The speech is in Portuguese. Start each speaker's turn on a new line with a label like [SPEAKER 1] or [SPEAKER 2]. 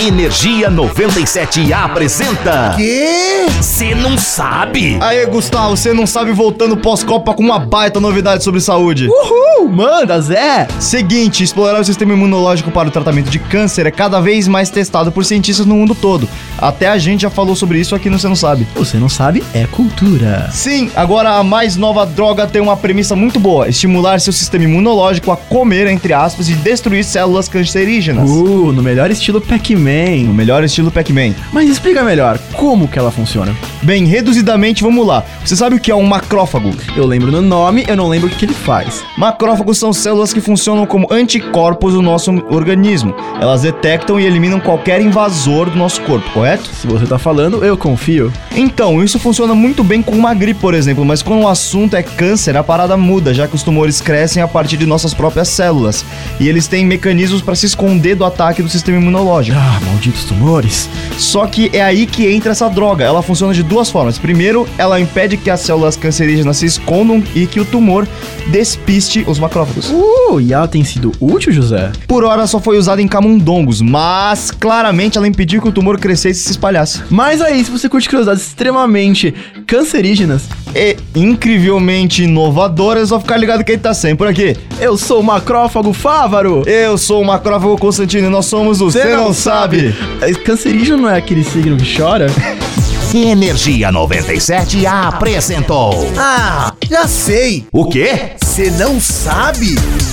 [SPEAKER 1] Energia 97 apresenta.
[SPEAKER 2] Quê?
[SPEAKER 1] Você não sabe?
[SPEAKER 2] Aê, Gustavo, você não sabe voltando pós-Copa com uma baita novidade sobre saúde.
[SPEAKER 3] Uhul! Manda, Zé!
[SPEAKER 2] Seguinte, explorar o sistema imunológico para o tratamento de câncer é cada vez mais testado por cientistas no mundo todo. Até a gente já falou sobre isso aqui no Você Não Sabe.
[SPEAKER 3] Você não sabe, é cultura.
[SPEAKER 2] Sim, agora a mais nova droga tem uma premissa muito boa: estimular seu sistema imunológico a comer, entre aspas, e destruir células cancerígenas.
[SPEAKER 3] Uh, no melhor estilo Pac-Man.
[SPEAKER 2] O melhor estilo Pac-Man.
[SPEAKER 3] Mas explica melhor, como que ela funciona?
[SPEAKER 2] Bem, reduzidamente, vamos lá. Você sabe o que é um macrófago?
[SPEAKER 3] Eu lembro do nome, eu não lembro o que, que ele faz.
[SPEAKER 2] Macrófagos são células que funcionam como anticorpos do nosso organismo. Elas detectam e eliminam qualquer invasor do nosso corpo, correto?
[SPEAKER 3] Se você tá falando, eu confio.
[SPEAKER 2] Então, isso funciona muito bem com uma gripe, por exemplo, mas quando o assunto é câncer, a parada muda, já que os tumores crescem a partir de nossas próprias células. E eles têm mecanismos para se esconder do ataque do sistema imunológico.
[SPEAKER 3] Ah, malditos tumores.
[SPEAKER 2] Só que é aí que entra essa droga. Ela funciona de duas formas. Primeiro, ela impede que as células cancerígenas se escondam e que o tumor despiste os macrófagos.
[SPEAKER 3] Uh, e ela tem sido útil, José?
[SPEAKER 2] Por hora só foi usada em camundongos, mas claramente ela impediu que o tumor crescesse e se espalhasse.
[SPEAKER 3] Mas aí, se você curte curiosidades extremamente cancerígenas,
[SPEAKER 2] E incrivelmente inovadora, é só ficar ligado que ele tá sempre por aqui.
[SPEAKER 3] eu sou o macrófago Fávaro.
[SPEAKER 2] Eu sou o macrófago Constantino e nós somos o Você Não Sabe.
[SPEAKER 3] É, Cancerígeno não é aquele signo que chora?
[SPEAKER 1] é Energia 97 apresentou.
[SPEAKER 4] Ah, já sei.
[SPEAKER 1] O quê?
[SPEAKER 4] Você não sabe?